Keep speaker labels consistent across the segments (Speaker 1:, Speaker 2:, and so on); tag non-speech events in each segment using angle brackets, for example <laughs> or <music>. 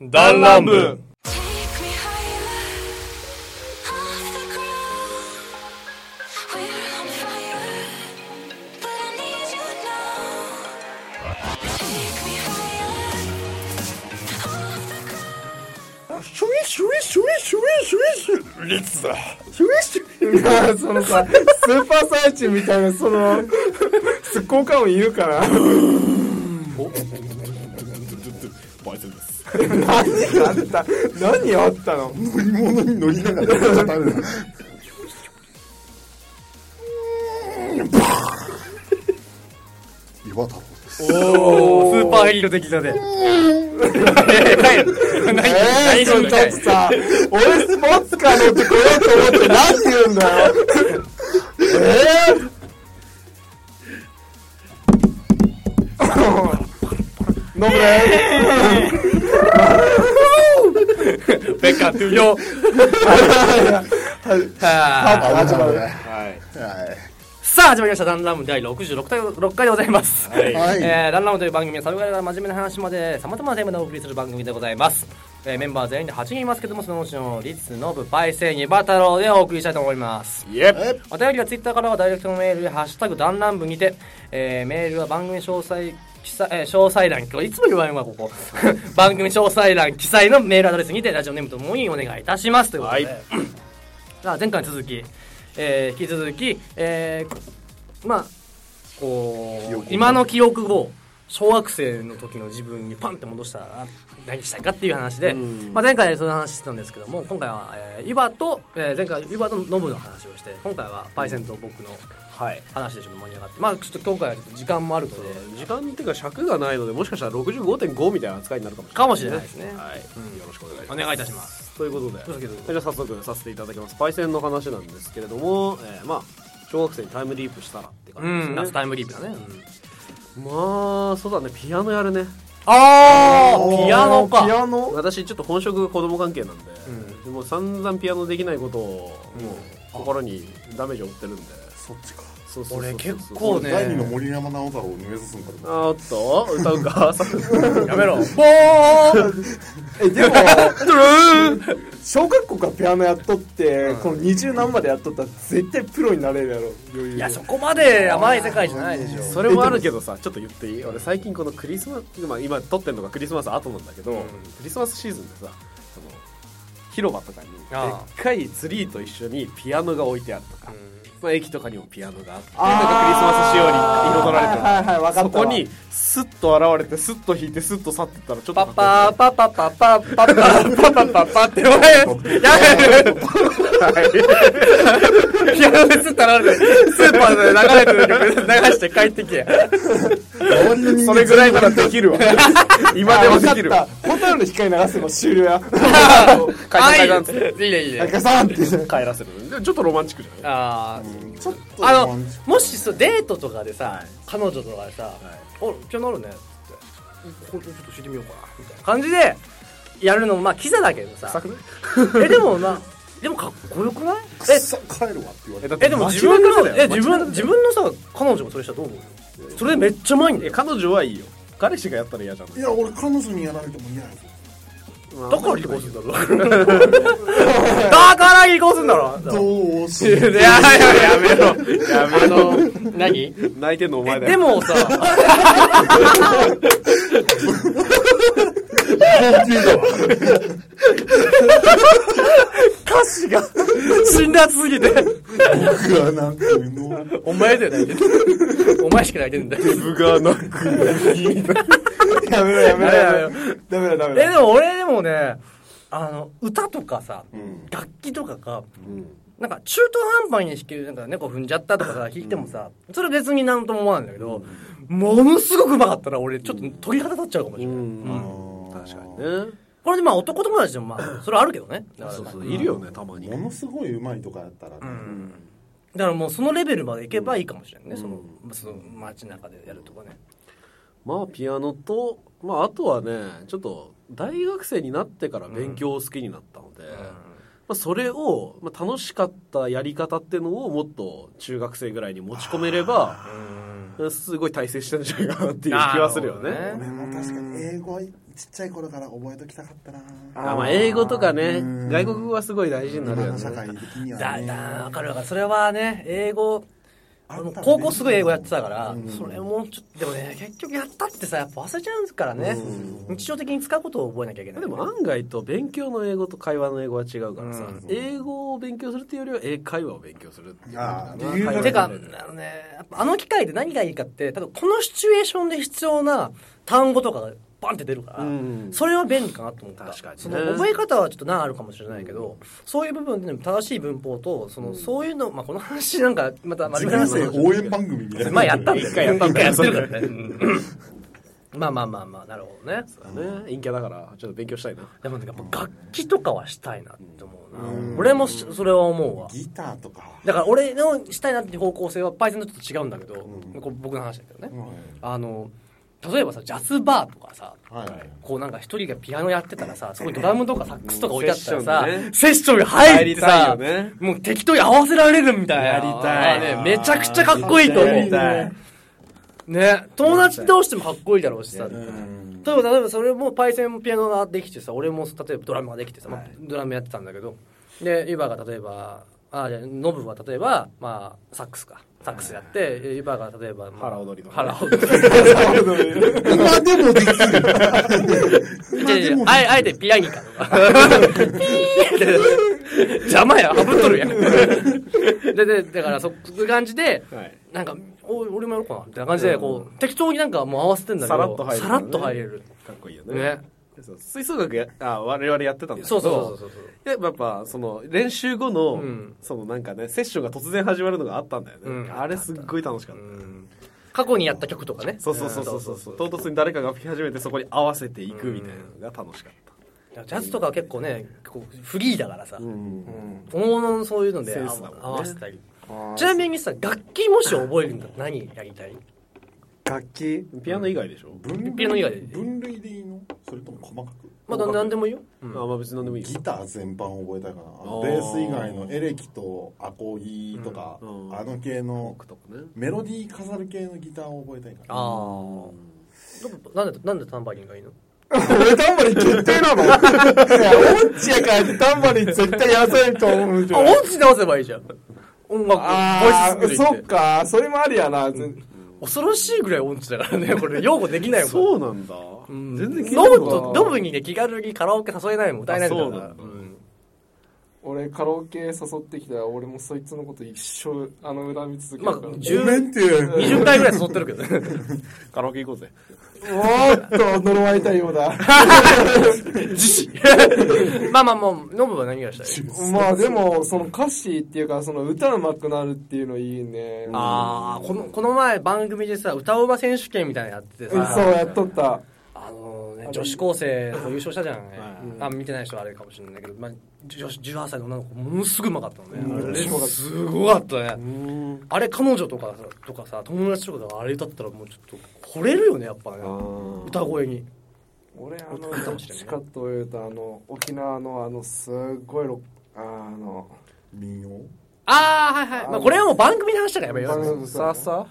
Speaker 1: 弾丸部
Speaker 2: Take me higher, off the ground. We're on fire, but I need you now. Take me higher, off the ground.
Speaker 3: シュイシュイシュイシュイシュイシュイ
Speaker 1: リッツ
Speaker 3: シュイシュイ
Speaker 4: そのさ、スーパーサイチみたいな、その、すっ効果音いるから。
Speaker 1: バイセンです
Speaker 4: 何があった何あったの
Speaker 3: 乗り物に乗りながらやっちゃダメだ岩太郎です
Speaker 5: スーパーヘリの出来たで。何何
Speaker 4: え
Speaker 5: 何
Speaker 4: ー、ちょ
Speaker 5: 何
Speaker 4: っとさ、俺スポーツカー乗ってこようと思って何言うんだよ。えー飲むね
Speaker 5: ベカトゥヨは
Speaker 3: あ、ちゃ
Speaker 1: はい
Speaker 3: ねはい
Speaker 5: いさあ始まりました「ダンラム」第66回6回でございます、
Speaker 1: はい
Speaker 3: はい
Speaker 5: えーランラムという番組は軽やかな真面目な話までさまざまなテーマでお送りする番組でございます、えーメンバー全員で8人いますけどもそのうちのリツノブパイセンニバ太郎でお送りしたいと思います
Speaker 1: イエッ
Speaker 3: え
Speaker 5: お便りはツイッターからはダイレクトのメールで「ハッシュタグ弾丸部」にて、えーメールは番組詳細記載、えー詳細欄これいつも言わんわここ <laughs> 番組詳細欄記載のメールアドレスにてラジオネームともにお願いいたしますということで、
Speaker 1: はい
Speaker 5: さあ前回に続き、えー引き続き、えーまあこ
Speaker 3: 記
Speaker 5: う
Speaker 3: 憶を
Speaker 5: 今の記憶を小学生の時の自分にパンって戻したら何したいかっていう話で、まあ、前回その話してたんですけども今回は、えー、イバと、えー前回イバとノブの話をして今回はパイセンと僕の
Speaker 6: はい
Speaker 5: 話でちょっと盛り上がってまあちょっと今回はちょっと時間もあるので
Speaker 6: 時間っていうか尺がないのでもしかしたら65.5みたいな扱いになるかもしれない
Speaker 5: かもしれないですね
Speaker 6: はい、よろしくお願いし
Speaker 5: お
Speaker 6: ます
Speaker 5: 願いいたします
Speaker 6: ということで
Speaker 5: どうぞどうぞ
Speaker 6: じゃあ早速させていただきますパイセンの話なんですけれども、えーまあ小学生にタイムリープしたらって
Speaker 5: う
Speaker 6: 感じ
Speaker 5: ん
Speaker 6: で
Speaker 5: ラ
Speaker 6: すね、
Speaker 5: スタイムリープだね、うん
Speaker 6: まあそうだねピアノやるね
Speaker 5: あーピアノか
Speaker 4: ピアノ
Speaker 6: 私ちょっと本職が子供関係なんで、でもう散々ピアノできないことをもう心にダメージを負ってるんで、
Speaker 3: そっちか
Speaker 6: そうそうそうそう
Speaker 5: 俺結構ね
Speaker 3: 第二の森山直太朗を目指すんだろ
Speaker 6: あーおっと歌うか
Speaker 5: やめろ
Speaker 4: え、でも、小学校からピアノやっとって、この二十何までやっとったら絶対プロになれるやろ、余裕で
Speaker 5: いやそこまで甘い世界じゃないでしょ
Speaker 6: <laughs> それもあるけどさちょっと言っていい俺最近このクリスマス、まあ、今撮ってるのがクリスマス後なんだけど、クリスマスシーズンでさその広場とかに
Speaker 5: ああ
Speaker 6: でっかいツリーと一緒にピアノが置いてあるとか、まあ、駅とかにもピアノがあってなん
Speaker 4: は
Speaker 6: か
Speaker 4: いはい、
Speaker 6: クリスマ
Speaker 4: 分か
Speaker 6: ス仕様に彩られてる
Speaker 4: った
Speaker 6: そこにスッと現れてスッと弾いてスッと去ってったらちょっと
Speaker 5: パ
Speaker 6: か
Speaker 5: ッ
Speaker 6: っこ
Speaker 5: パーパッパッパッパッパッパッパッパッパッパッってお前やめろピアノでスッとられてスーパーで流れてる曲流して帰ってきや
Speaker 3: 周りの
Speaker 6: いい
Speaker 3: 人
Speaker 6: そ
Speaker 3: 間
Speaker 6: れぐらいならでき
Speaker 5: <laughs>
Speaker 6: るわ今でもできる
Speaker 4: あ分かった。ホタルの光流すの終了や。
Speaker 6: 階段階段
Speaker 5: いいねいいね
Speaker 4: ガサンって。
Speaker 6: 帰らせるでもちょっとロマンチックじゃない
Speaker 5: あ
Speaker 3: ちょっ
Speaker 5: ああ
Speaker 3: と
Speaker 5: のもしそうデートとかでさ、彼女とかでさ「お今日乗るね」っつって「ここちょっと知ってみようかな」みたいな感じでやるのもまあキザだけどさ
Speaker 6: くない
Speaker 5: えでもなでもかっこよくない
Speaker 3: くっ
Speaker 5: え
Speaker 3: そ帰るわって言われ
Speaker 6: だ
Speaker 3: て
Speaker 6: って
Speaker 5: えでも自分
Speaker 6: 間違い
Speaker 5: の
Speaker 6: なくだ
Speaker 5: え
Speaker 6: よ
Speaker 5: 自分自分のさ彼女がそれしたらどう思うよそれめっちゃうまいんだ
Speaker 6: え
Speaker 5: よ
Speaker 6: 彼女はいいよ彼氏がやったら嫌じゃん
Speaker 3: いや俺彼女にやられても嫌やぞ
Speaker 5: だから離婚するんだろだから離婚するんだろ
Speaker 3: どうし
Speaker 5: いや
Speaker 3: よう
Speaker 5: いややめろやめろあの何
Speaker 6: 泣いてんのお前だよ
Speaker 5: <laughs> でも
Speaker 6: <laughs>
Speaker 5: さ歌詞が辛辣すぎて
Speaker 3: 僕はなんていうの
Speaker 5: お前だよ泣いてるお前しか泣いてるんだよ
Speaker 6: 部が泣く
Speaker 4: やめろやめろやめろ
Speaker 5: や。
Speaker 4: ダメだダメ
Speaker 5: え
Speaker 4: だ。
Speaker 5: でも俺でもねあの歌とかさ、
Speaker 3: ん
Speaker 5: 楽器とかが、なんか中途半端に弾けるなんか猫踏んじゃったとかさ弾いてもさ、それ別になんとも思わないんだけど、ものすごくうまかったら俺ちょっと鳥肌立っちゃうかもしれない、
Speaker 6: 確かに <laughs> ね
Speaker 5: これでまあ男友達でもまあそれはあるけどねだから
Speaker 6: そうそういるよねたまに
Speaker 3: ものすごい上手いとかやったらね、
Speaker 5: だからもうそのレベルまでいけばいいかもしれないね、そのその街中でやるとかね
Speaker 6: まあピアノとまああとはねちょっと大学生になってから勉強を好きになったので、まあ、それを、まあ、楽しかったやり方っていうのをもっと中学生ぐらいに持ち込めればすごい大成したんじゃないかなっていう気はするよね
Speaker 5: なるほどね
Speaker 3: 俺も確かに英語はちっちゃい頃から覚えときたかったな
Speaker 6: あまあ英語とかね
Speaker 3: うん
Speaker 6: 外国語はすごい大事になる
Speaker 3: 今
Speaker 6: よ
Speaker 3: の
Speaker 6: ね
Speaker 3: 社会的には
Speaker 5: だ
Speaker 3: ね
Speaker 5: だわかるわかるそれはね英語
Speaker 3: あったらね
Speaker 5: 高校すごい英語やってたから、それもちょっとでもね結局やったってさやっぱ忘れちゃうからね、日常的に使うことを覚えなきゃいけない
Speaker 6: でも案外と勉強の英語と会話の英語は違うからさ、
Speaker 5: うん
Speaker 6: 英語を勉強するっていうよりは英会話を勉強するっていう
Speaker 3: あー
Speaker 6: 会話
Speaker 5: てかあのねやっぱあの機会で何がいいかって多分このシチュエーションで必要な単語とかがバンって出るから、
Speaker 6: うん
Speaker 5: それは便利かなと思った
Speaker 6: 確かにね
Speaker 5: その覚え方はちょっと難あるかもしれないけど、そういう部分でも正しい文法とその、そういうの、まあ、この話なんかまた真面目な
Speaker 7: 人
Speaker 5: 話だけ
Speaker 7: 生
Speaker 5: ど
Speaker 7: 応援番組みたいな
Speaker 5: <laughs> まあやったんだよ。
Speaker 6: 一回やったんだよ
Speaker 5: 一回やってるからね。うんまあまあまあまあ、なるほどね。
Speaker 6: ね陰キャだからちょっと勉強したいな
Speaker 5: でもなんかやっぱ楽器とかはしたいなって思うな。俺もしそれは思うわ。
Speaker 3: ギターとかは
Speaker 5: だから俺のしたいなって方向性はパイセンとちょっと違うんだけど、こう僕の話だけどね。あの、例えばさ、ジャズバーとかさ、
Speaker 3: はい
Speaker 5: こうなんか一人がピアノやってたらさ、そこにドラムとかサックスとか置いてあったらさ
Speaker 6: セッションね、
Speaker 5: セッションに入ってさ
Speaker 6: 入りたいよね、
Speaker 5: もう適当に合わせられるみたいな。
Speaker 6: やりたい
Speaker 5: あれねめちゃくちゃかっこいいと思う。ね、友達同士でもかっこいいだろうしさ。例えば、例えばそれもパイセンもピアノができてさ、俺も例えばドラムができてさ、まあドラムやってたんだけど、で、ユバが例えば、あ、じゃあノブは例えば、まあ、サックスか。サックスやって、ユバが例えば、まあ
Speaker 6: 腹踊りとかね
Speaker 5: 腹踊り。
Speaker 3: 今でもできる
Speaker 5: いやいやあえあえてピアニカとか。ピ <laughs> ーって邪魔や、あぶっとるやん。で、で、だから、そそういう感じで、
Speaker 6: はい
Speaker 5: なんか、お俺もやろうかな、みたいな感じで、こう、適当になんかもう合わせてんだけど、
Speaker 6: さらっと入れる
Speaker 5: さらっと入れる。
Speaker 6: かっこいいよね
Speaker 5: ね。
Speaker 6: そう吹奏楽やあ我々やってたんだけど
Speaker 5: そうそうそうそう。
Speaker 6: やっぱその練習後の、
Speaker 5: ん
Speaker 6: そのなんかねセッションが突然始まるのがあったんだよね、
Speaker 5: うん
Speaker 6: あれすっごい楽しかった、
Speaker 5: 過去にやった曲とかね。
Speaker 6: そうそうそうそうそう唐突に誰かが吹き始めてそこに合わせていくみたいなのが楽しかった、
Speaker 5: ジャズとかは結構ね、こうフリーだからさ、
Speaker 6: うん
Speaker 5: おのおのそういうので
Speaker 6: セ
Speaker 5: 合
Speaker 6: ン
Speaker 5: わ
Speaker 6: スだもんね
Speaker 5: 合わせたり。ちなみにさ、楽器もし覚えるんだったら何やりたい
Speaker 4: 楽器
Speaker 6: ピアノ以外でしょ、
Speaker 7: 分
Speaker 5: ピアノ以外で
Speaker 7: 分類でいいのそれとも細かく
Speaker 5: まだ何でもいいよ。
Speaker 6: あまあ別に何でもいい
Speaker 3: ギ
Speaker 6: よ
Speaker 3: ター全般覚えたいかなあの
Speaker 6: あー
Speaker 3: ベース以外のエレキとアコギとか、
Speaker 6: うんうん
Speaker 3: あの系の
Speaker 6: 僕とかね
Speaker 3: メロディー飾る系のギターを覚えたいかな
Speaker 5: ああ。なんで、なんでタンバリンがいいの
Speaker 4: 俺タンバリン決定なのいやオンチやからってタンバリン絶対やらせると思うじ
Speaker 5: あ、
Speaker 4: ゃん
Speaker 5: 音痴直せばいいじゃん。音楽、
Speaker 4: あ
Speaker 5: ボ
Speaker 4: ー
Speaker 5: イス作
Speaker 4: そ
Speaker 5: り
Speaker 4: っ
Speaker 5: って。
Speaker 4: かそれもありやな、
Speaker 5: 恐ろしいぐらい音痴だからね、これ、擁護できないもん。
Speaker 6: そうなんだ、
Speaker 5: うん。
Speaker 6: 全然聞いた
Speaker 5: ノ
Speaker 6: こ
Speaker 5: ブ
Speaker 6: と
Speaker 5: と、ノブにね、気軽にカラオケ誘えないもん、歌えないんだから。
Speaker 6: あそうなんだ
Speaker 5: ん
Speaker 4: 俺カラオケ誘ってきたら俺もそいつのこと一生あの恨み続け
Speaker 5: まあ
Speaker 4: るから、、
Speaker 5: 十
Speaker 3: ごめんっていう
Speaker 5: 20回ぐらい誘ってるけどね。 <laughs>
Speaker 6: カラオケ行こうぜ
Speaker 4: おーっと呪われたいようだ
Speaker 5: まあまあもう、ノブは何がした
Speaker 4: <laughs>
Speaker 5: い
Speaker 4: まあでもその歌詞っていうかその歌うまくなるっていうのいいね
Speaker 5: ああ、この、この前番組でさ、歌うま選手権みたいなのやってて
Speaker 4: うん
Speaker 5: さ、
Speaker 4: そうやっとった
Speaker 5: あのね、女子高生と優勝したじゃん、ね。あ、見てない人はあれかもしれないけど、まあ、女子18歳の女の子、ものすごいうまかったのね。あれ、すごかったね。あれ、彼女とかさ、とかさ、友達とかがあれ歌ったらもうちょっと、惚れるよね、やっぱね。歌声に。
Speaker 4: 俺あのどっちかというとあの沖縄のあのすっごいロあの
Speaker 3: 民謡
Speaker 5: ああ、はいはい。まあ、これはもう番組で話したからやめよう。
Speaker 4: さあさ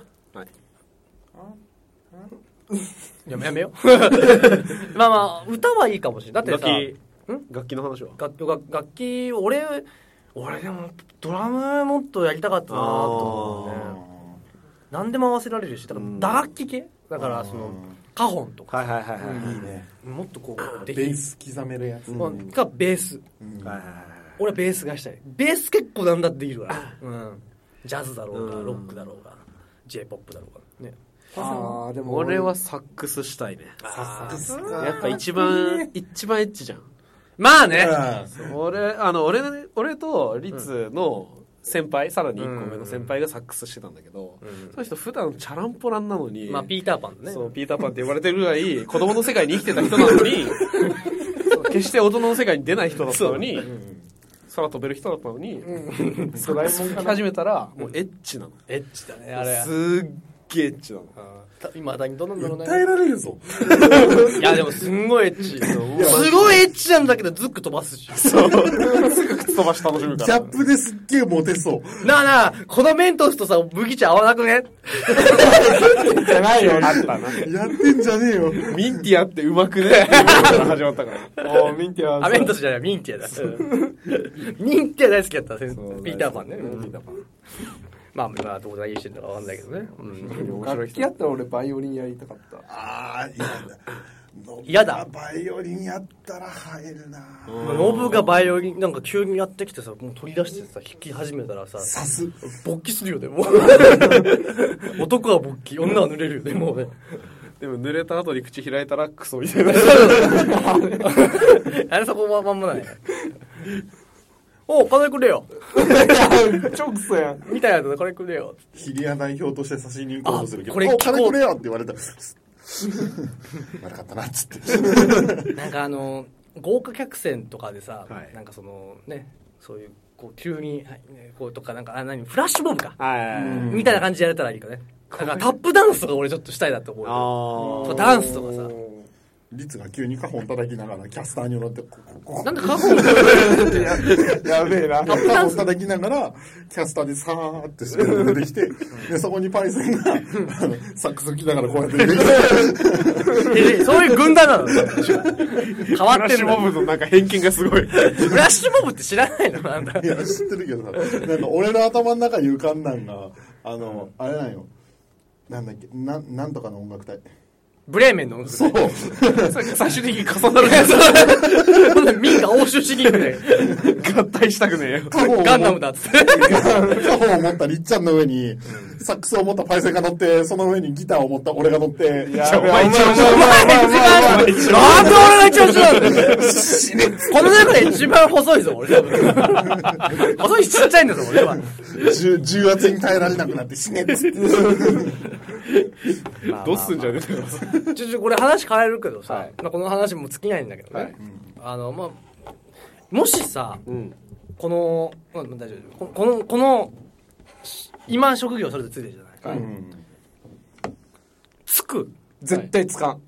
Speaker 5: やめやめよ。 <laughs> まあまあ、歌はいいかもしれない。だっ
Speaker 6: 楽
Speaker 5: てさ、
Speaker 6: 器楽器の話は
Speaker 5: 楽楽楽器、俺、俺でもドラムもっとやりたかったなと思うね。何でも合わせられるし、だから打楽器系だから、その、カホンとか、
Speaker 6: はいはいはいはい、
Speaker 3: いいね
Speaker 5: もっとこう、で
Speaker 3: ベ
Speaker 5: き
Speaker 3: ース刻めるやつ、
Speaker 5: まあか、ベース。
Speaker 6: はいはい
Speaker 5: 俺はベースがしたい。ベース結構なんだってできるから。うん。ジャズだろうが、ロックだろうが、J-POP だろうが。ね。
Speaker 4: あーでも
Speaker 6: 俺はサックスしたいねやっぱ一番一番エッチじゃん
Speaker 5: まあね。
Speaker 6: 俺あの俺俺とリツの先輩、さらに1個上の先輩がサックスしてたんだけど、その人普段チャランポランなのに、
Speaker 5: まあ、ピーターパンだね。
Speaker 6: そうピーターパンって呼ばれてるぐらい子供の世界に生きてた人なのにそう決して大人の世界に出ない人だったのに、空飛べる人だったのに、
Speaker 4: ドラえもん
Speaker 6: 聞
Speaker 4: か
Speaker 6: き
Speaker 4: な
Speaker 6: 始めたらもうエッチなの
Speaker 5: エッチだね、あれ。
Speaker 6: すっげえエッチなの
Speaker 5: いまだにどんどんどんどん
Speaker 3: 訴えられる <laughs> ぞ。
Speaker 5: いやでもすんごいエッチすごいエッチなんだけどズック飛ばすし
Speaker 8: 靴飛ばし楽しむか
Speaker 3: キャ
Speaker 8: ら。
Speaker 3: ップですっげえモテそう。
Speaker 5: なあなあこのメントスとさ麦茶合わなくね
Speaker 4: じゃないよ。 <laughs>
Speaker 3: やってんじゃねえよ。
Speaker 8: ミンティアってうまくね。始まったから。
Speaker 4: おーミンティア
Speaker 5: あメントスじゃないミンティアだミンティア大好きやった先生ピーターパンね
Speaker 8: ピーターパン。
Speaker 5: まあまあどこ何してんだかわかんないけどねうん
Speaker 4: 楽器やったら俺バイオリンやりたかった。
Speaker 3: ああ、嫌だ。
Speaker 5: 嫌だ
Speaker 3: バイオリンやったら入るな。
Speaker 5: ノブがバイオリンなんか急にやってきてさもう取り出してさ弾き始めたらさ
Speaker 3: さす。
Speaker 5: 勃起するよねもう <laughs> 男は勃起女は濡れるよねもうね
Speaker 8: でも濡れた後に口開いたらクソみたいな。
Speaker 5: <laughs> あれそこはまんまない。おう、金くれよ。
Speaker 4: <laughs> 超クソやん。
Speaker 5: みたいなやつで金くれよ。
Speaker 3: ヒリア代表として差しに行こうとするけ
Speaker 5: あ
Speaker 3: ど、
Speaker 5: これ
Speaker 3: お金
Speaker 5: 聞こう
Speaker 3: くれよって言われた。 <laughs> 悪かったな、っつって。
Speaker 5: なんかあの、豪華客船とかでさ、
Speaker 8: はい
Speaker 5: なんかそのね、そういう、こう急に、はいねこうとか、なんか、あ、何、フラッシュボブか。
Speaker 8: はい。
Speaker 5: みたいな感じでやれたらいいかね。なんかタップダンスとか俺ちょっとしたいなって思うよ。
Speaker 8: あ
Speaker 5: そうダンスとかさ。
Speaker 3: リツが急にカホン叩きながら、キャスターに乗って、ここ、ここ
Speaker 5: なんで過 <laughs> 去
Speaker 4: やべえな。
Speaker 3: カホン叩きながら、キャスターでさーって出てきて、で、そこにパイセンが、あのサックス着ながらこうやって出てきて、
Speaker 5: そういう軍団 <laughs> なの変わってる。
Speaker 8: ブのなんか偏見がすごい。
Speaker 5: フラッシュボブって知らないのなんだ。
Speaker 3: いや、知ってるけどさ、なんか俺の頭の中に浮かんだんが、あの、あれなんよ。なんだっけ、なん、なんとかの音楽隊。
Speaker 5: ブレーメンの音楽
Speaker 3: そう。
Speaker 8: 最終的に重なる
Speaker 5: ほんで民家欧州市議みたいな。
Speaker 8: 合体したくねえよ。
Speaker 3: カホンを
Speaker 5: ガンダムだっつって。
Speaker 3: カホンを持ったりっちゃんの上に、サックスを持ったパイセンが乗って、その上にギターを持った俺が乗って、
Speaker 4: やべえ、お前一番
Speaker 5: なんで俺が一番後ろなんだよこの中で一番細いぞ、俺多分。細いしちっちゃいんだぞ、俺は。
Speaker 3: 重重圧に耐えられなくなって死ねっつって。
Speaker 8: どうすんじゃねえよ。
Speaker 5: ちょ、ちょ、これ話変えるけどさ、
Speaker 8: はい
Speaker 5: まあこの話も尽きないんだけどね。あの、まあ、もしさ、
Speaker 8: ん
Speaker 5: この、まあ、大丈夫ここの、この、今職業それでついてるじゃないか。つく。
Speaker 4: <laughs> 絶対つかん。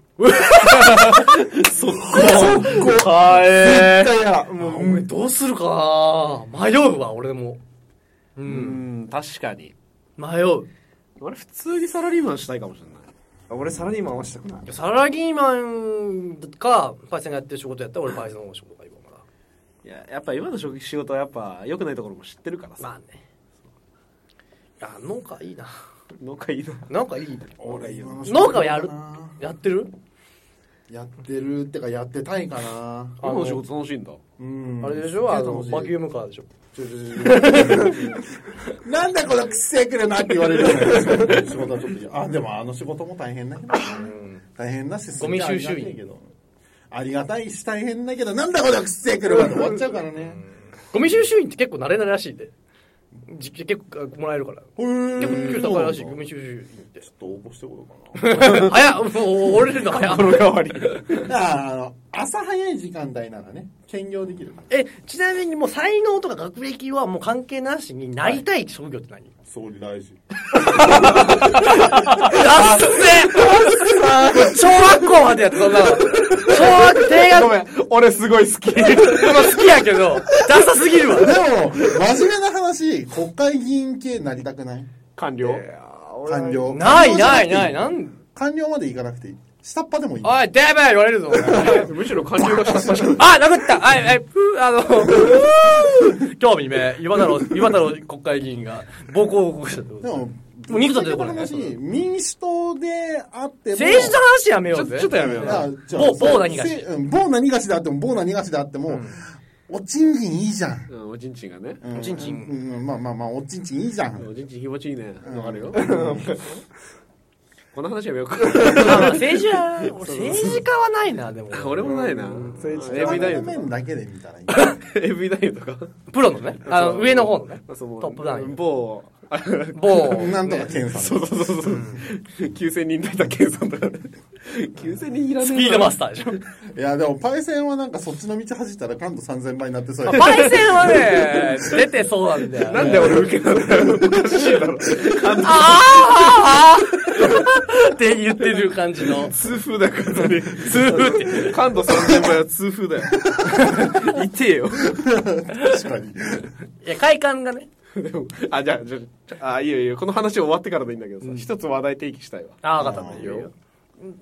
Speaker 8: はえ
Speaker 4: 絶対や。も
Speaker 5: お前どうするかな迷うわ、俺も。う。
Speaker 8: ー。うんん、確かに。
Speaker 5: 迷う。
Speaker 8: 俺普通にサラリーマンしたいかもしれない。
Speaker 4: う俺サラリーマンはしたくない。
Speaker 5: サラリーマンか、パイセンがやってる仕事やったら俺パイセンの仕事が今から。
Speaker 8: いや、やっぱ今の職仕事はやっぱ良くないところも知ってるからさ。
Speaker 5: まあね。いや、農家いいな。
Speaker 8: 農家いいな。
Speaker 5: 農家いい。
Speaker 3: 俺今の
Speaker 5: 農家をやるやってる
Speaker 3: やってるってかやってたいかな。
Speaker 8: 今の仕事楽しいんだ。
Speaker 3: うん
Speaker 5: あれでしょあの、
Speaker 3: すっげえ
Speaker 5: バ
Speaker 3: 楽し
Speaker 5: キュームカーでしょ
Speaker 3: い <laughs> なんだこのくせえくれなって言われるじゃないですか。仕事はちょっといいあ、でもあの仕事も大変だけどね。大変だし、すっげえあ
Speaker 5: ゴ
Speaker 3: りがたい
Speaker 5: ミ収集
Speaker 3: けど。ありがたいし大変だけど、なんだこのくせえくれなって終わっちゃうからね。
Speaker 5: ゴミ収集員って結構慣れないらしいんで。時給結構もらえるから。
Speaker 3: へー
Speaker 5: 結構給料高いらしい、
Speaker 3: ち
Speaker 5: ゴ
Speaker 3: ょ
Speaker 5: ミ収集員って。
Speaker 3: っと応募してこようか
Speaker 5: <laughs>
Speaker 3: な。
Speaker 5: 早っもう折れるの早っ。
Speaker 8: 代わり。
Speaker 3: だからあの朝早い時間帯ならね兼業できるから
Speaker 5: え、ちなみにもう才能とか学歴はもう関係なしになりたい職業って何
Speaker 3: 総理大臣
Speaker 5: ダッセ小学校までやってそんなの。小学、低学
Speaker 8: ごめん、俺すごい好き。
Speaker 5: 好きやけど、ダサすぎるわ。
Speaker 3: でも真面目な話国会議員系なりたくない
Speaker 8: 官僚。
Speaker 3: 官僚
Speaker 5: ないないない、なん
Speaker 3: 官僚まで行かなくていい下っ端でもいい
Speaker 5: おい、デブ言われるぞ。お前
Speaker 8: むしろ官僚がしたし。
Speaker 5: あ、殴ったあ、え、ふあの、 <laughs> 今日未明、岩太郎、岩太郎国会議員が暴行を起こしたってこと
Speaker 3: で
Speaker 5: も
Speaker 3: も
Speaker 5: う肉と出てこない。
Speaker 3: 話
Speaker 5: 政
Speaker 3: 民主党であっても
Speaker 5: 治の話やめようぜ。
Speaker 8: ちょっとやめよう
Speaker 3: あじゃあ
Speaker 5: 某某何がし
Speaker 3: せうん某何がしであっても某何がしであっても、おちんちんいいじゃん、
Speaker 8: <laughs> うん、おちんちんがね。
Speaker 3: うん、お
Speaker 5: ちんちん
Speaker 3: うん、まあまあまあおちんちんいいじゃん
Speaker 8: おちんちん気持ちいいね。わかる <laughs> よ。この話やめようか。
Speaker 5: まあまあ政治は、俺政治家はないな、でも。
Speaker 8: 俺もないな。
Speaker 4: 政治
Speaker 8: エビダイ
Speaker 3: の
Speaker 8: ユとか
Speaker 3: 面。だけで見たらいい
Speaker 8: エビダイユとか。
Speaker 5: プロのね、あの、上の方のね、ト
Speaker 8: その
Speaker 5: ップダウン。
Speaker 8: 某、あ
Speaker 5: 某、
Speaker 3: なんとか検査
Speaker 8: そうそうそうそう。9000人 <laughs> だった計算とかね。9000人いらねえな。
Speaker 5: スピードマスターでしょ。
Speaker 3: いや、でも、パイセンはなんかそっちの道走ったら感度3000倍になってそうや
Speaker 5: <laughs> パイセンはね、出てそうなんだよ。
Speaker 8: なんで俺受けたんだよ。
Speaker 5: あーあーあーって言ってる感じの。
Speaker 6: 痛風だから
Speaker 4: <laughs>
Speaker 6: ね。
Speaker 5: 痛風って。
Speaker 6: 感度3000倍は痛風だよ。 <laughs> 痛えよ。
Speaker 3: 確かに。
Speaker 5: いや、快感がね。
Speaker 6: でもあ、じゃあ、じゃあ、あいいよいいよ。この話終わってからでいいんだけどさ、一つ話題提起したいわ。
Speaker 5: ああ、分かった。
Speaker 6: い
Speaker 5: い
Speaker 6: い
Speaker 5: い
Speaker 6: よ
Speaker 5: よ。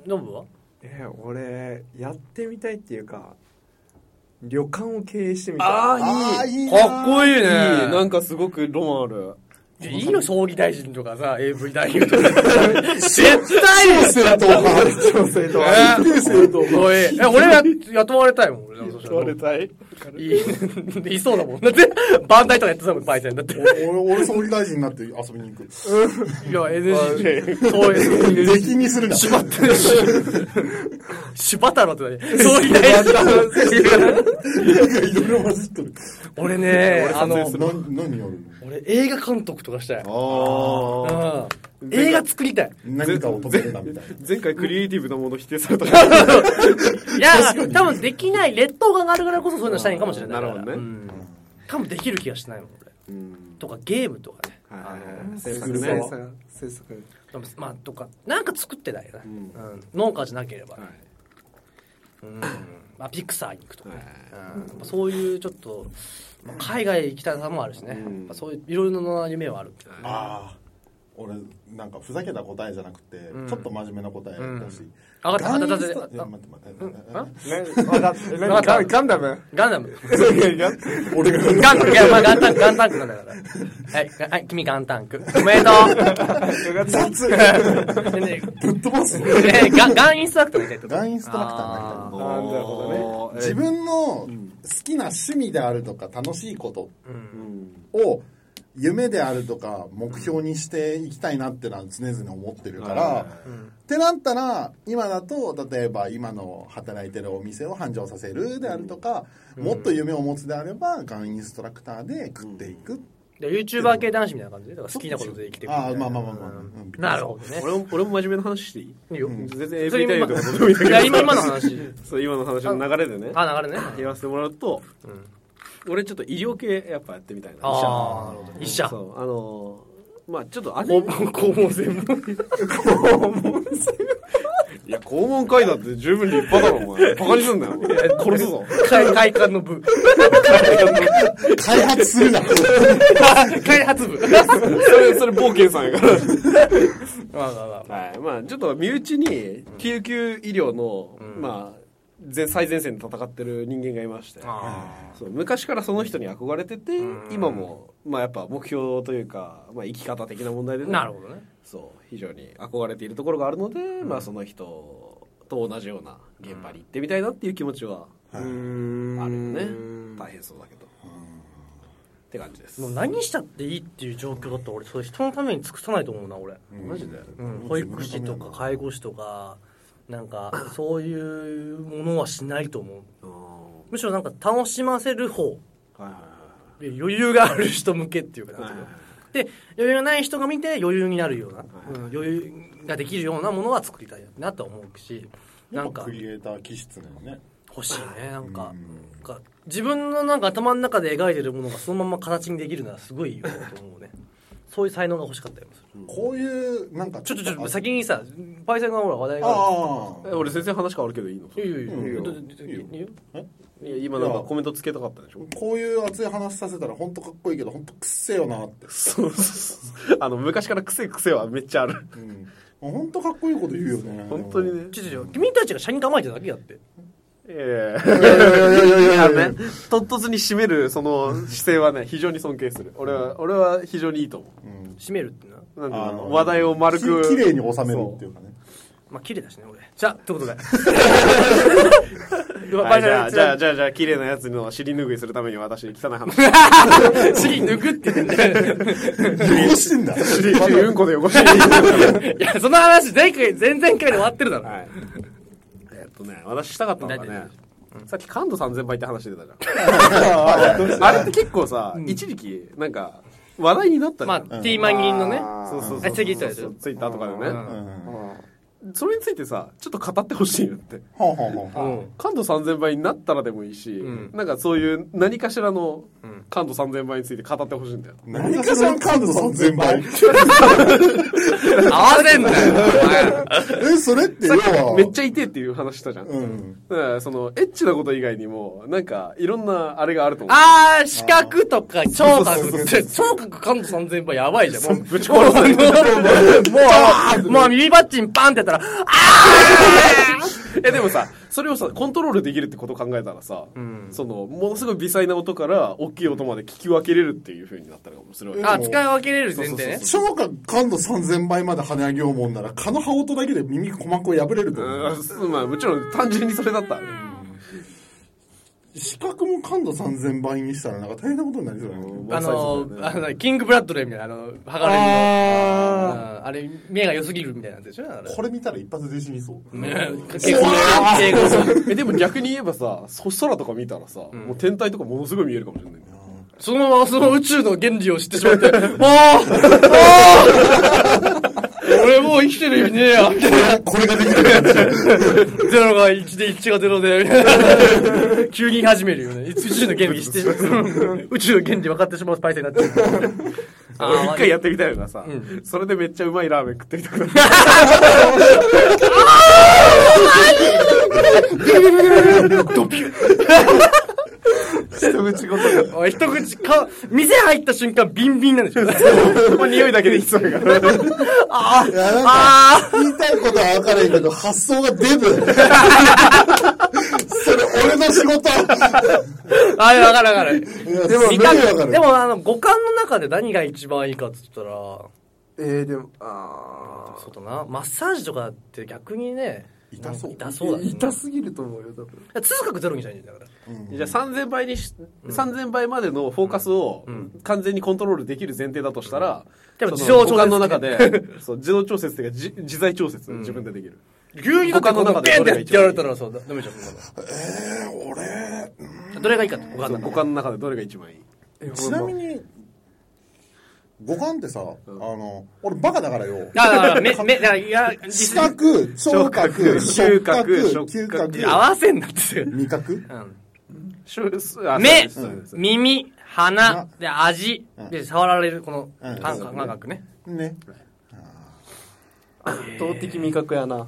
Speaker 5: ノブは
Speaker 4: え俺やってみたいっていうか旅館を経営してみたい
Speaker 6: あ
Speaker 3: あ、いいな。
Speaker 5: かっこいいね。
Speaker 6: いいなんかすごくロマンある。
Speaker 5: いやいいの、総理大臣とかさ、AV 大臣 <laughs> とか。絶対ですよ、と。
Speaker 4: 女性と
Speaker 5: おいえ、俺や、雇われたいもん、俺なんかそしたら
Speaker 6: れたい
Speaker 5: いい、でいそうだもん。だって、バンダイとかやってたもん、バイセン。だって。い
Speaker 3: 俺、俺総理大臣になって遊びに行く。
Speaker 5: や、NG。そう
Speaker 3: <laughs>
Speaker 5: いう。 <laughs>
Speaker 3: 出禁にするな。縛って。
Speaker 5: 柴太郎って何総理大臣。
Speaker 3: いろいろ混じっとる。
Speaker 5: 俺ね、あの、
Speaker 3: 何、何やるの
Speaker 5: 俺映画監督とかしたい。
Speaker 6: ああ。
Speaker 5: うん映画作りたい。
Speaker 3: 何かを止めるな、みたいな。
Speaker 6: 前回クリエイティブなもの否定されたから。
Speaker 5: いや、多分できない劣等感があるからこそそういうのしたいんかもしれない。
Speaker 6: なるほどね
Speaker 5: うん。多分できる気がしないもん、俺。とかゲームとかね。あの
Speaker 4: 制
Speaker 6: 作ね
Speaker 4: 制作
Speaker 5: でもまあ、とか、なんか作ってないよね。うん農家じゃなければ。うん。まあ、ピクサーに行くとかね。うんやっぱそういうちょっと、まあ海外行きたさもあるしね。やっぱそういういろいろな夢はある。
Speaker 3: ああ。俺、なんかふざけた答えじゃなくて、ちょっと真面目な答えだし。
Speaker 5: 上がった、上が
Speaker 3: ガ
Speaker 5: った、
Speaker 3: ン
Speaker 5: 上
Speaker 3: スタ
Speaker 5: がっ
Speaker 3: い
Speaker 5: た
Speaker 3: や
Speaker 5: あ
Speaker 3: 待って待って。
Speaker 5: わかった
Speaker 4: ガンダム
Speaker 5: ガンダム。 <laughs>
Speaker 3: 俺が
Speaker 5: ガンタンク、いや、まあ、ガンタンク、ガンタンクなんだから。はい、がはい、君ガンタンク。おめでと
Speaker 3: 雑
Speaker 5: う。でね
Speaker 3: ぶっ飛ばす
Speaker 5: えガンガンインストラクターみたいな
Speaker 3: ガンインストラクターになりたい
Speaker 5: あ
Speaker 4: なるほどね
Speaker 3: 自分の好きな趣味であるとか楽しいことを夢であるとか目標にしていきたいなってのは常々思ってるから、ってなったら今だと例えば今の働いてるお店を繁盛させるであるとか、もっと夢を持つであればガンインストラクターで食っていく、
Speaker 5: で YouTuber 系男子みたいな感じで、だから好きなことで生きていくみた
Speaker 3: あ
Speaker 5: い
Speaker 3: あ
Speaker 5: な。
Speaker 3: まあまあまあまあ、うん
Speaker 5: なるほどね。
Speaker 6: 俺も、俺も真面目な話していい
Speaker 5: いいよ。
Speaker 6: 全然 AV
Speaker 5: それ
Speaker 6: タイ
Speaker 5: 今
Speaker 6: ルとかどうでもいいんだけ
Speaker 5: い
Speaker 6: ど
Speaker 5: や、今、今の話。
Speaker 6: <laughs> そう、今の話の流れでね、
Speaker 5: あ、流れね。
Speaker 6: 言わせてもらうと、俺ちょっと医療系やっぱやってみたいな。医
Speaker 5: ああ、一社。
Speaker 6: そ
Speaker 5: 肛
Speaker 6: う、あのー、まあちょっとあれ、
Speaker 5: 門、肛門専
Speaker 6: <laughs>
Speaker 5: 門。
Speaker 6: いや、肛門科医だって十分立派だろ、お前。バカにすんなよ。殺すぞ。
Speaker 5: 開開館の部。
Speaker 3: 開発するな
Speaker 5: 開発部。
Speaker 6: <laughs> それ、それ、冒険さんやから。
Speaker 5: まあまあまあ。
Speaker 6: はい、まあちょっと身内に救急医療の、まあ前最前線で戦ってる人間がいましてそう昔からその人に憧れてて、今も、まあ、やっぱ目標というか、まあ、生き方的な問題でね、
Speaker 5: なるほどね。
Speaker 6: そう非常に憧れているところがあるので、まあ、その人と同じような現場に行ってみたいなっていう気持ちはあるよね大変そうだけどって感じです
Speaker 5: もう何したっていいっていう状況だったら俺、それ人のために尽くさないと思うな、俺。
Speaker 6: マジで
Speaker 5: うん、保育士とか介護士とかなんかそういうものはしないと思うむしろなんか楽しませる方で余裕がある人向けっていうかなんていうので余裕がない人が見て余裕になるような、うん、余裕ができるようなものは作りたいなとは思うしなんか
Speaker 3: クリエイター気質なのね
Speaker 5: 欲しいねなんかなんか自分のなんか頭の中で描いてるものがそのまま形にできるのはすごいいいなと思うねそういう才能が欲しかったよ
Speaker 3: こういうなんか
Speaker 5: ちょっとちょっと
Speaker 3: あ
Speaker 5: 先にさパイセンがほら話題があるから
Speaker 3: ああ
Speaker 6: え俺全然話変わるけどいいの
Speaker 5: いやいやいや
Speaker 3: いいよ
Speaker 5: だって
Speaker 3: いいよ
Speaker 5: いいよ
Speaker 6: いや今なんかコメントつけたかったでしょ
Speaker 3: こういう熱い話させたら本当かっこいいけど本当くっせえよなって
Speaker 6: そうそうそうあの昔から癖癖はめっちゃある
Speaker 3: うん本当かっこいいこと言うよね
Speaker 6: 本当にね
Speaker 5: ちょちょちょ君たちが社に構えてただけだって
Speaker 6: え
Speaker 3: いやいやいやいやいや
Speaker 6: え
Speaker 3: い
Speaker 6: あ
Speaker 3: や
Speaker 6: のね唐突に締めるその姿勢はね非常に尊敬する俺は俺は非常にいいと思
Speaker 5: 閉めるってな
Speaker 6: うなんていう
Speaker 3: あ
Speaker 6: の
Speaker 3: の
Speaker 6: 話題を丸く
Speaker 3: ききれいに収めるっていうかね
Speaker 5: まあ綺麗だしね俺じゃあってことで
Speaker 6: そうは
Speaker 5: バ
Speaker 6: い
Speaker 5: イ
Speaker 6: じゃあじ
Speaker 5: じ
Speaker 6: ゃ
Speaker 5: ゃ
Speaker 6: あ
Speaker 5: あ
Speaker 6: じゃあじゃあ綺麗なやつの尻拭いするために私汚い話
Speaker 5: 次抜くって言ってんだよ
Speaker 3: どうしてんだ
Speaker 6: 尻尻うんこで汚して
Speaker 5: いやその話前回前々回で終わってるだろ
Speaker 6: はいえっとね私したかったのが
Speaker 5: 大
Speaker 6: ね
Speaker 5: 丈
Speaker 6: さっき感度3000倍って話出たじゃんあれって結構さ一時期なんか話題になったじ
Speaker 5: ま
Speaker 6: ゃ
Speaker 5: あ
Speaker 6: ん
Speaker 5: T マンギンのね
Speaker 6: そうそうそう
Speaker 5: あツイッターでしょ
Speaker 6: ツイッターとかでね、それについてさちょっと語ってほしいよって
Speaker 3: はあはあはあ
Speaker 5: うん
Speaker 6: 感度3000倍になったらでもいいし、
Speaker 5: うん
Speaker 6: なんかそういう何かしらの
Speaker 5: ん
Speaker 6: 感度3000倍について語ってほしいんだよ、
Speaker 3: 何かしらの感度3000倍
Speaker 5: 合わせんなよ
Speaker 3: えそれって要は
Speaker 6: めっちゃ痛えっていう話したじゃん、
Speaker 3: うん
Speaker 6: だからそのエッチなこと以外にもなんかいろんなあれがあると思う
Speaker 5: あー、視覚とか聴覚って、聴覚感度3000倍やばいじゃん。もう、ぶち殺す。もう、もう耳バッチンパンってやったら、
Speaker 6: えでもさそれをさコントロールできるってことを考えたらさ、そのものすごい微細な音から大きい音まで聞き分けれるっていうふうになったら面白い
Speaker 5: あ、使い分けれる前提ね。
Speaker 3: 聴覚感度3000倍まで跳ね上げようもんなら蚊の羽音だけで耳鼓膜を破れると思う
Speaker 6: うんまあもちろん単純にそれだったらね
Speaker 3: 視覚も感度3000倍にしたらなんか大変なことになりそうだね
Speaker 5: あの
Speaker 6: ま、
Speaker 5: あ
Speaker 6: さにそうだよね
Speaker 5: の、キングブラッドレーみたいな、あの、剥がれるの。うんあれ、目が良すぎるみたいなんでしょあれ
Speaker 3: これ見たら一発で死にそう
Speaker 5: ね <laughs> 結構ね、英語
Speaker 6: えでも逆に言えばさそ空とか見たらさ、もう天体とかものすごい見えるかもしれないね
Speaker 5: そのままその宇宙の原理を知ってし
Speaker 3: <laughs>
Speaker 5: まって、もうもう俺もう生きてる意味ねえや
Speaker 3: これができる感じ
Speaker 5: ゼロが1で1がゼロで、みたい
Speaker 3: <laughs>
Speaker 5: な急に言い始めるよね。宇宙の原理知って、宇宙の原理分かってしまうスパイスになってる。
Speaker 3: <laughs>
Speaker 5: あ
Speaker 6: <laughs> 一回やってみたいのがさ、それでめっちゃうまいラーメン食ってみたくなるドピュッ一口ごとに
Speaker 5: おい一口か、店入った瞬間ビンビンなんでし
Speaker 3: <laughs>
Speaker 5: ょ
Speaker 6: もう匂いだけでいきそう <laughs> やから。
Speaker 3: いやなんか言いたいことは分かるけど発想がデ <laughs> ブそれ俺の仕事
Speaker 5: あれ、わかるわかる。
Speaker 3: いや
Speaker 5: でも、
Speaker 3: すげえわかる
Speaker 5: でも、あの、五感の中で何が一番いいかって言ったら、
Speaker 4: えー、でも、あ
Speaker 5: そうだな、マッサージとかって逆にね、痛そう。痛そうだ
Speaker 4: ー
Speaker 5: ね。
Speaker 4: 痛すぎると思うよ、多分。
Speaker 5: 通覚ゼロにしたいんだから。
Speaker 6: じゃあ3000倍にし、3000倍までのフォーカスを完全にコントロールできる前提だとしたら、
Speaker 5: でも
Speaker 6: そ
Speaker 5: 自動
Speaker 6: の
Speaker 5: 調
Speaker 6: 五
Speaker 5: 節
Speaker 6: 感の中で、 <laughs> そう、自動調節っていうか、じ自在調節、自分でできる。
Speaker 5: 牛乳とかの中で、ペンってやってやられたらさ、ダメじゃん。えー、俺、どれがいいかって、五感
Speaker 6: そう
Speaker 5: の
Speaker 6: 五
Speaker 5: 中で。
Speaker 6: 感の中でどれが一番いい
Speaker 3: ちなみに五感ってさ、あの俺バカだからよ
Speaker 5: あだから、
Speaker 3: <laughs>
Speaker 5: 目、目、だから、いや、
Speaker 3: 視覚聴覚
Speaker 6: 触
Speaker 3: 触
Speaker 6: 覚
Speaker 3: 覚
Speaker 6: 触
Speaker 3: 嗅
Speaker 6: 覚
Speaker 3: 覚
Speaker 5: 合わせんなってすぐ。
Speaker 3: 味覚
Speaker 5: うん
Speaker 6: しゅすあ
Speaker 5: 目
Speaker 6: そうですそう、です
Speaker 5: 耳、鼻、で、味、で、触られる、この
Speaker 3: うん、
Speaker 5: 感覚感覚ね。
Speaker 3: ね
Speaker 4: 圧倒的味覚やな。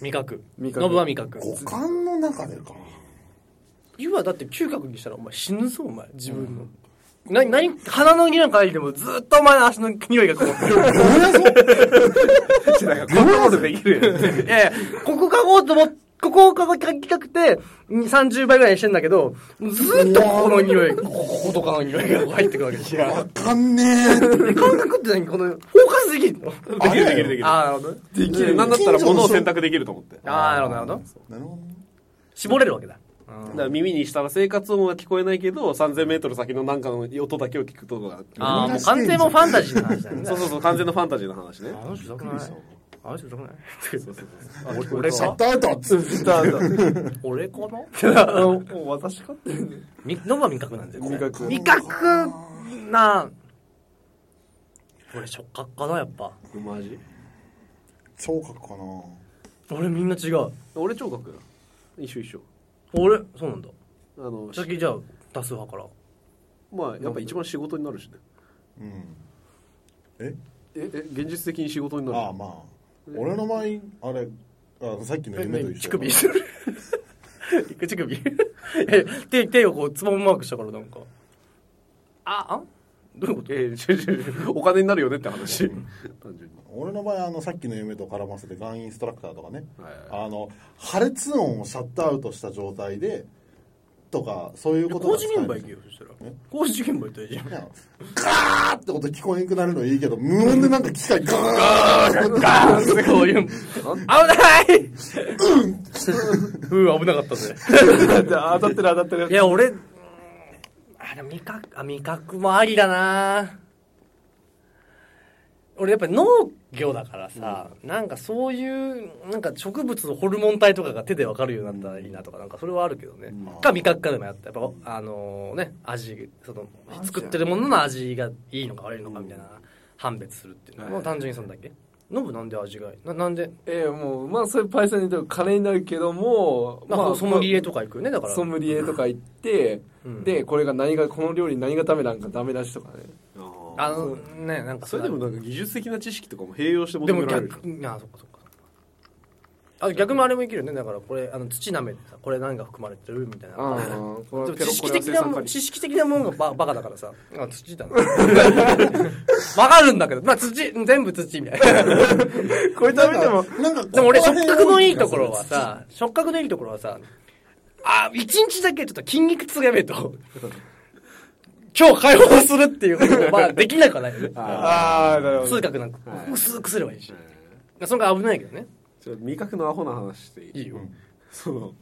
Speaker 5: 味覚。
Speaker 4: 味覚
Speaker 5: ノブは味覚。
Speaker 3: 五感の中でか
Speaker 5: 湯はだって嗅覚にしたらお前死ぬぞお前自分の。な、なに、鼻の匂い嗅いでもずっとお前の足の匂いが <laughs> こう。
Speaker 6: なんかコントロールできるよ <laughs> ね。
Speaker 5: いやいやここ嗅ごうと思っここを嗅ぎたくて、に30倍ぐらいにしてんだけど、ずっとここの匂い、こことかの匂いが入ってくるわけですよ。
Speaker 3: わかんねえ
Speaker 5: で感覚って何この、フォーカスできるの
Speaker 6: できるできるできる。
Speaker 5: ああ、なるほどね。
Speaker 6: できる。なんだったら物を選択できると思って。だか
Speaker 5: ああ、なるほど、なるほど。
Speaker 3: なるほどね
Speaker 5: 絞れるわけだ。
Speaker 6: ら耳にしたら生活音は聞こえないけど、3000メートル先のなんかの音だけを聞くとか。
Speaker 5: ああ、もう完全もうファンタジーの話だよね。
Speaker 6: そうそうそう、完全のファンタジーの話ね。
Speaker 5: あの人うざくないあの人うざくない
Speaker 3: 俺シャットアウトっつって
Speaker 4: だ、だ、
Speaker 5: <laughs> 俺かな
Speaker 4: もう私かって。
Speaker 5: みノブは味覚なんですよ。
Speaker 4: 味覚
Speaker 5: 味覚な俺触覚かなやっぱ
Speaker 6: マジ
Speaker 3: 聴覚かな
Speaker 5: 俺みんな違う
Speaker 6: 俺聴覚一緒一緒。
Speaker 5: 俺そうなんだ
Speaker 6: あの、
Speaker 5: 先じゃあ多数派から
Speaker 6: まあやっぱ一番仕事になるしね
Speaker 3: うんえ
Speaker 6: ええ現実的に仕事にな
Speaker 3: ああ
Speaker 6: る
Speaker 3: まあ俺の場合あれあさっきの夢と一緒
Speaker 5: 乳首 <laughs> 乳首え手手をこうつまむマークしたからなんかああどういうこと
Speaker 6: えー違う違う違うお金になるよねって話単純に
Speaker 3: 俺の場合あのさっきの夢と絡ませてガンインストラクターとかね、
Speaker 6: はいはい
Speaker 3: あの破裂音をシャットアウトした状態でとかそういうこと
Speaker 5: 工
Speaker 3: が
Speaker 5: 事
Speaker 3: 使
Speaker 5: 現場
Speaker 3: え
Speaker 5: 行
Speaker 3: る
Speaker 5: けよそしたら工事現場行ったらいいじゃん
Speaker 3: いやガーって音聞こえなくなるのいいけど無音でなんか機械ガーッ
Speaker 5: <laughs> ガーンってこういう危ない <laughs> うん危なかったぜ
Speaker 4: 当たってる当たってる
Speaker 5: い。や、俺、うーんあれ、味覚、あ、味覚もありだな俺やっぱ農業だからさ、なんかそういう、なんか植物のホルモン体とかが手でわかるようになったらいいなとか、なんかそれはあるけどね。か味覚かでもやった。やっぱ、あのね、味、その、作ってるものの味がいいのか悪いのかみたいな判別するっていうのは、もう単純にそんだけ。ノブなんで味がいいななんで、
Speaker 4: ええもうまあそれパイセンにとって金になるけども
Speaker 5: まあ、ソムリエ
Speaker 4: と
Speaker 5: とか行くよねだから
Speaker 4: ソムリエとか行って、
Speaker 5: うん
Speaker 4: でこれが何がこの料理何がダメなんかダメ出しとかね
Speaker 5: あのねなんか
Speaker 6: それでもなんか技術的な知識とかも併用して
Speaker 5: で
Speaker 6: 求
Speaker 5: も
Speaker 6: められる
Speaker 5: 逆あそっかそっかあ逆もあれもいけるよねだからこれあの土舐めてさこれ何が含まれてるみたいな
Speaker 4: ああこ
Speaker 5: で
Speaker 4: の
Speaker 5: も
Speaker 4: ペロ
Speaker 5: 知識
Speaker 4: これは
Speaker 5: 的
Speaker 4: 生
Speaker 5: な
Speaker 4: 産
Speaker 5: も
Speaker 4: 管
Speaker 5: ん
Speaker 4: 理
Speaker 5: 知識的なものがババカだからさあ土だな <laughs> わかるんだけどまあ土全部土みたい
Speaker 4: <laughs>
Speaker 5: な
Speaker 4: これ食べても
Speaker 3: なんか
Speaker 5: でも俺触覚のいいところはさ触覚のいいところはさあ一日だけちょっと筋肉つけめと今日解放するっていうことがまあできなくはないよね
Speaker 4: ああなるほど
Speaker 5: 痛覚なんか薄くすればいいしそんな危ないけどね
Speaker 6: ちょっと味覚のアホな話していい
Speaker 5: いいよ
Speaker 6: その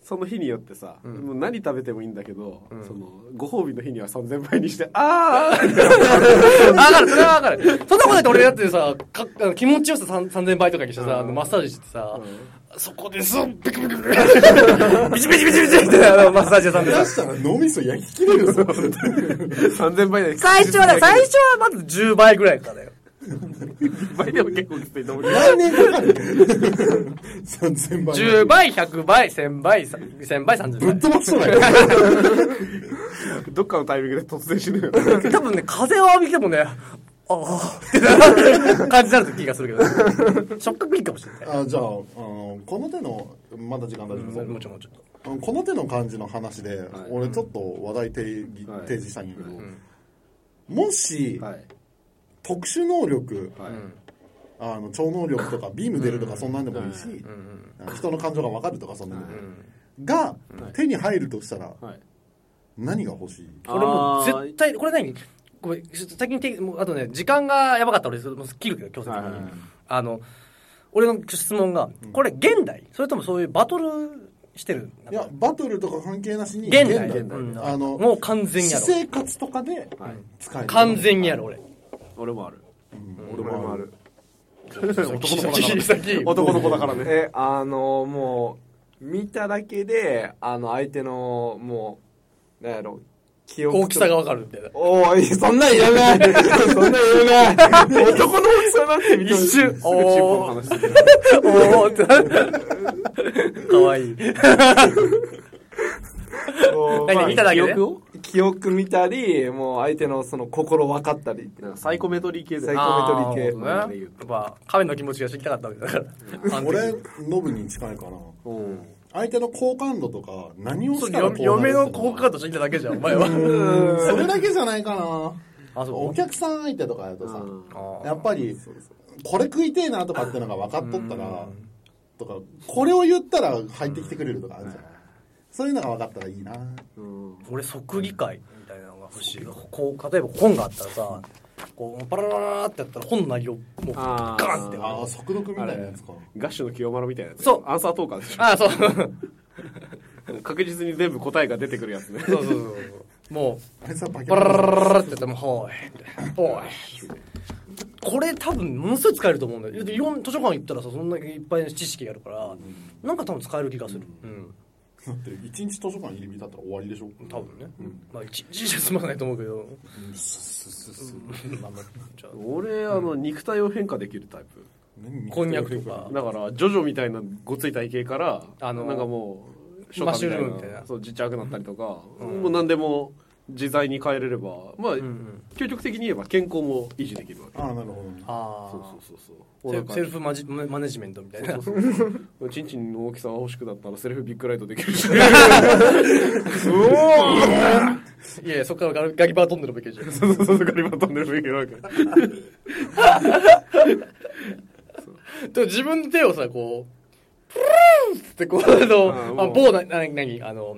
Speaker 6: その日によってさ、もう何食べてもいいんだけど、そのご褒美の日には3000倍にしてあー
Speaker 5: わかる、それはわかる。そんなことないと俺だってさ、かあの気持ちよささん3000倍とかにしてさ、あのマッサージしてさ、そこです、ビクビクビクビク。ビチビチビチビチって、あのマッサージ屋さんでさ。
Speaker 3: したら脳みそ焼き切れるぞ
Speaker 6: 3000倍で
Speaker 5: 最初はね、最初はまず10倍ぐらいからだよ。
Speaker 6: 倍でも結構きついと思う
Speaker 3: 来年かかる3000倍
Speaker 5: 10倍、100倍、1000倍、さ1000倍、30
Speaker 3: ぶっ
Speaker 5: 倍。
Speaker 3: 飛ばしそうだよ
Speaker 6: どっかのタイミングで突然死ぬよ
Speaker 5: 多分ね、風を浴びてもね、ああ、ってな感じになる気がするけど、触覚いいかもしれない。
Speaker 3: あじゃああのこの手のまだ時間大丈夫ですか
Speaker 5: もちろん、もちろん。
Speaker 3: あのこの手の感じの話で、俺ちょっと話題提議、
Speaker 6: はい
Speaker 3: 提示したいんやけど、もし、
Speaker 6: はい
Speaker 3: 特殊能力、
Speaker 6: はい
Speaker 3: あの超能力とかビーム出るとかそんなんでもいいし、あの人の感情が分かるとかそんなんでもいい、が、手に入るとしたら、
Speaker 6: はい
Speaker 3: 何が欲しい
Speaker 5: 俺もう絶対、これ何ごめん、ちょっと先にて、もうあとね、時間がやばかったら俺、もう切るけど、強制的に。あの、俺の質問が、これ現代それともそういうバトルしてる
Speaker 3: いやバトルとか関係なしに
Speaker 5: 現代
Speaker 3: うん
Speaker 5: うん
Speaker 3: あの
Speaker 5: もう完全や
Speaker 3: 私
Speaker 5: ろ。
Speaker 3: 生活とかで使える、
Speaker 5: 完全にやろ、俺。
Speaker 6: 俺もある
Speaker 3: 俺もある
Speaker 5: 男の子
Speaker 6: 男の子だからね
Speaker 4: えあのもう見ただけであの相手のもうなんやろ記憶と
Speaker 5: 大きさがわかるみたいな。
Speaker 4: おーいそんなんいらないそんなんいらない男の大きさなんて見て
Speaker 5: 一瞬、お
Speaker 6: お
Speaker 5: ー、
Speaker 6: 話する
Speaker 5: おーって。かわいい。
Speaker 4: こうまあ
Speaker 5: 何見ただけで
Speaker 6: 記憶を
Speaker 4: 記憶見たりもう相手のその心分かったりっていう
Speaker 6: サイコメトリー系
Speaker 4: サ
Speaker 6: で
Speaker 4: イコメ
Speaker 5: あ
Speaker 4: トリー系
Speaker 5: ーなるほどねやっぱ、亀の気持ちが知りたかったわけだから。
Speaker 3: 俺ノブに近いかな
Speaker 6: うん
Speaker 3: 相手の好感度とか何をしたらこうなるとか
Speaker 5: 嫁の好感度知りただけじゃん、お前は。
Speaker 3: それだけじゃないかな
Speaker 5: あ、そ
Speaker 3: お客さん相手とかやとさ、
Speaker 5: う。
Speaker 3: やっぱりこれ食いてえなとかってのが分かっとったら、とかこれを言ったら入ってきてくれるとかあるじゃん、そういうのが分かったらいいな
Speaker 5: 俺即議会みたいなのが欲しいこう例えば本があったらさこうパラララーってやったら本の内容もうガ
Speaker 6: あー
Speaker 5: ーンってあ
Speaker 3: ああ速読みたいなやつか
Speaker 6: ガッシュの清丸みたいなやつ
Speaker 5: そう
Speaker 6: アンサートーカーでし
Speaker 5: あそうそう
Speaker 6: ょ確実に全部答えが出てくるやつ
Speaker 5: <laughs>
Speaker 6: ね
Speaker 5: そうそうそうも
Speaker 3: あれさバ
Speaker 5: う
Speaker 3: ケ
Speaker 5: パ
Speaker 3: モ
Speaker 5: ララ
Speaker 3: ン
Speaker 5: ラララってやったらもう「はい」おい」これ多分ものすごい使えると思うんだよでいろんな図書館行ったらさそんだけいっぱいの知識があるからなんか多分使える気がするうん
Speaker 3: だって一日図書館入り浸ったら終わりでしょ
Speaker 5: 多分ねまあ一日じゃ済まないと思うけど <laughs> まあまあじゃあ
Speaker 6: 俺あの肉体を変化できるタイプ
Speaker 3: 何
Speaker 5: こんにゃくとか
Speaker 6: だからジョジョみたいなごつい体型から
Speaker 5: あの
Speaker 6: なんかもう初夏
Speaker 5: マッシュルームみたいな
Speaker 6: そうちっちゃくなったりとか、もう何でも自在に変えれればまあ、
Speaker 5: ん
Speaker 6: 究極的に言えば健康も維持できるわけ
Speaker 3: ああなるほ
Speaker 5: あ
Speaker 6: そう
Speaker 5: あ
Speaker 6: そうそうそう
Speaker 5: セル
Speaker 6: お
Speaker 5: セ
Speaker 6: 腹
Speaker 5: ルフマジマネジメントみたいな
Speaker 6: チンチンの大きさが欲しくなったらセルフビッグライトできるし <laughs>
Speaker 5: いやいや、そっからガガキバー飛んでるべきじゃん。
Speaker 6: そうそうそうガリバ飛んでるべきわけ
Speaker 5: でも自分の手をさ、こう、プルーンってこう、あ
Speaker 6: あ
Speaker 5: の、あ
Speaker 6: もう
Speaker 5: 棒な、な、なに、あの、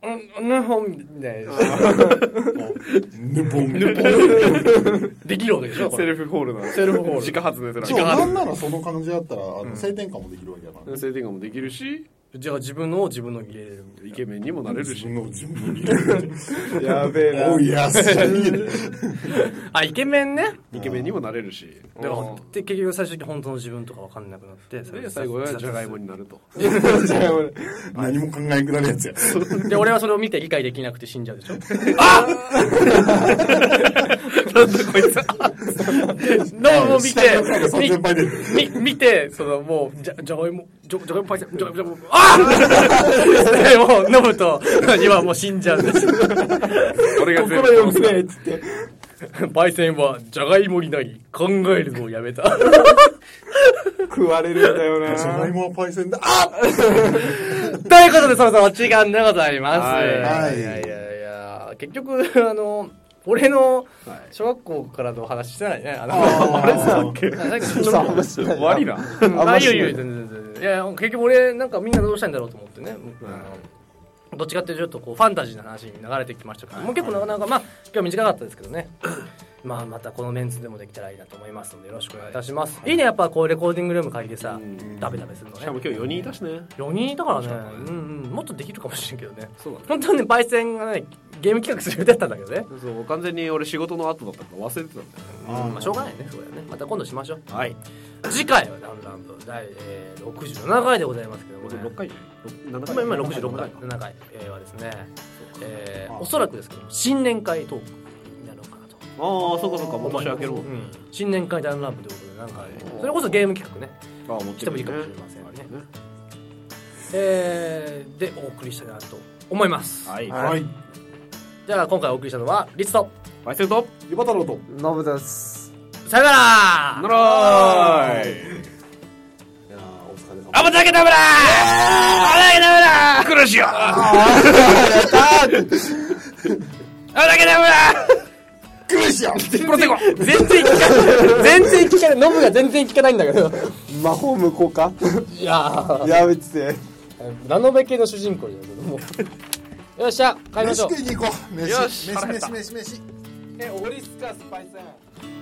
Speaker 5: うん、なほん、みたいな。
Speaker 3: どヌボン
Speaker 5: ぬぽんできるわけでしょこ
Speaker 6: セ
Speaker 5: れ
Speaker 6: ルフホールなの
Speaker 5: セルフホール
Speaker 6: 自家発電するわ
Speaker 3: そうなんならその感じだったらあの性転換もできるわけやから
Speaker 6: け制定感もできるし
Speaker 5: じゃあ自分のを自分のに入れれるみたい
Speaker 6: イケメンにもなれるし
Speaker 3: 自分の自
Speaker 5: <laughs>
Speaker 3: 分に入れる
Speaker 4: やべえな
Speaker 3: おいやす
Speaker 5: なあイケメンね
Speaker 6: イケメンにもなれるし
Speaker 5: だからで結局最終的に本当の自分とか分かんなくなってそれ
Speaker 6: で最後はじゃがいもになると
Speaker 3: 何も考えくなるやつや
Speaker 5: で俺はそれを見て理解できなくて死んじ
Speaker 6: <laughs>
Speaker 5: ゃうでしょ <laughs>
Speaker 6: <laughs>
Speaker 5: あなんだこいつ
Speaker 3: 下の方が
Speaker 5: 脳を見
Speaker 3: 30
Speaker 5: て
Speaker 3: 倍出る
Speaker 5: み見て、そのもう、じゃ、じゃがいも、じゃじゃがいもパイセン、じゃがいも、あ <laughs> あでもう飲むと、今もう死んじゃうんです。
Speaker 6: 俺が全
Speaker 4: 心読めないっつって
Speaker 5: パイセンは、じゃがいもになり、考えるのをや <laughs> めた。
Speaker 4: 食われるんだよ
Speaker 3: じゃ
Speaker 4: な
Speaker 3: がいもはパイセンだあ
Speaker 5: ということで、そろそろお時間でございます。
Speaker 6: はい
Speaker 3: はい
Speaker 5: いやいやいや、結局、あの、俺の小学校からの話してないね。あの、あれさっけなんか小学
Speaker 6: <laughs>
Speaker 5: 校
Speaker 6: 終わりな
Speaker 5: あいやいや全然全然いや結局俺なんかみんなどうしたいんだろうと思ってね、あのどっちかっていうとちょっとこうファンタジーな話に流れてきましたけど、もう結構なかなかまあ今日短かったですけどね <clears throat> まあまたこのメンツでもできたらいいなと思いますのでよろしくお願いいたします、い、いねやっぱこうレコーディングルーム借りてさダベダベするの
Speaker 6: しかも
Speaker 5: ね
Speaker 6: 今日4人いたしね
Speaker 5: 4人いたからねうんうんもっとできるかもしれんけどね本当にねパイセンがねゲーム企画する予定だったんだけどね、
Speaker 6: そう完全に俺仕事の後だったから忘れてたんだよ
Speaker 5: まあしょうがないねそうだよねまた今度しましょうはい次回はランランド第、えー、67回でございますけども、ね、
Speaker 6: 6回じゃない
Speaker 5: 今今
Speaker 6: 六
Speaker 5: 66回7回えーはですね、えーおそらくですけど新年会トークになるのかなと、
Speaker 6: ああそうかそうかもう年明けるもんね
Speaker 5: 新年会ダウンランプということでなんか、それこそゲーム企画ね
Speaker 6: ああ持っ
Speaker 5: してても
Speaker 6: る
Speaker 5: いい
Speaker 6: ね
Speaker 5: かもしれませんねえーでお送りしたいなと思います、
Speaker 6: はい
Speaker 3: はい
Speaker 5: では今回お送りしたのはリスト
Speaker 6: バイセルト
Speaker 9: 湯葉太郎と
Speaker 4: ノブです
Speaker 5: さよなら
Speaker 6: なら
Speaker 9: いやーお疲
Speaker 6: ーい
Speaker 9: れ様
Speaker 5: あぶたけダブラーあぶたけダブラー苦しいよあぶたけダブラー
Speaker 3: 苦しいよ
Speaker 5: プロテゴ全然聞かない全然聞かないノブが全然聞かないんだけど
Speaker 4: 魔法無効か
Speaker 5: いやー
Speaker 4: やべて
Speaker 5: ラノベ系の主人公じゃないけど <laughs> もうよっしゃ帰りましょ
Speaker 3: 飯
Speaker 5: う
Speaker 3: 食いに行こう飯
Speaker 6: よし
Speaker 3: 飯飯飯飯
Speaker 4: えオリスかスパイセン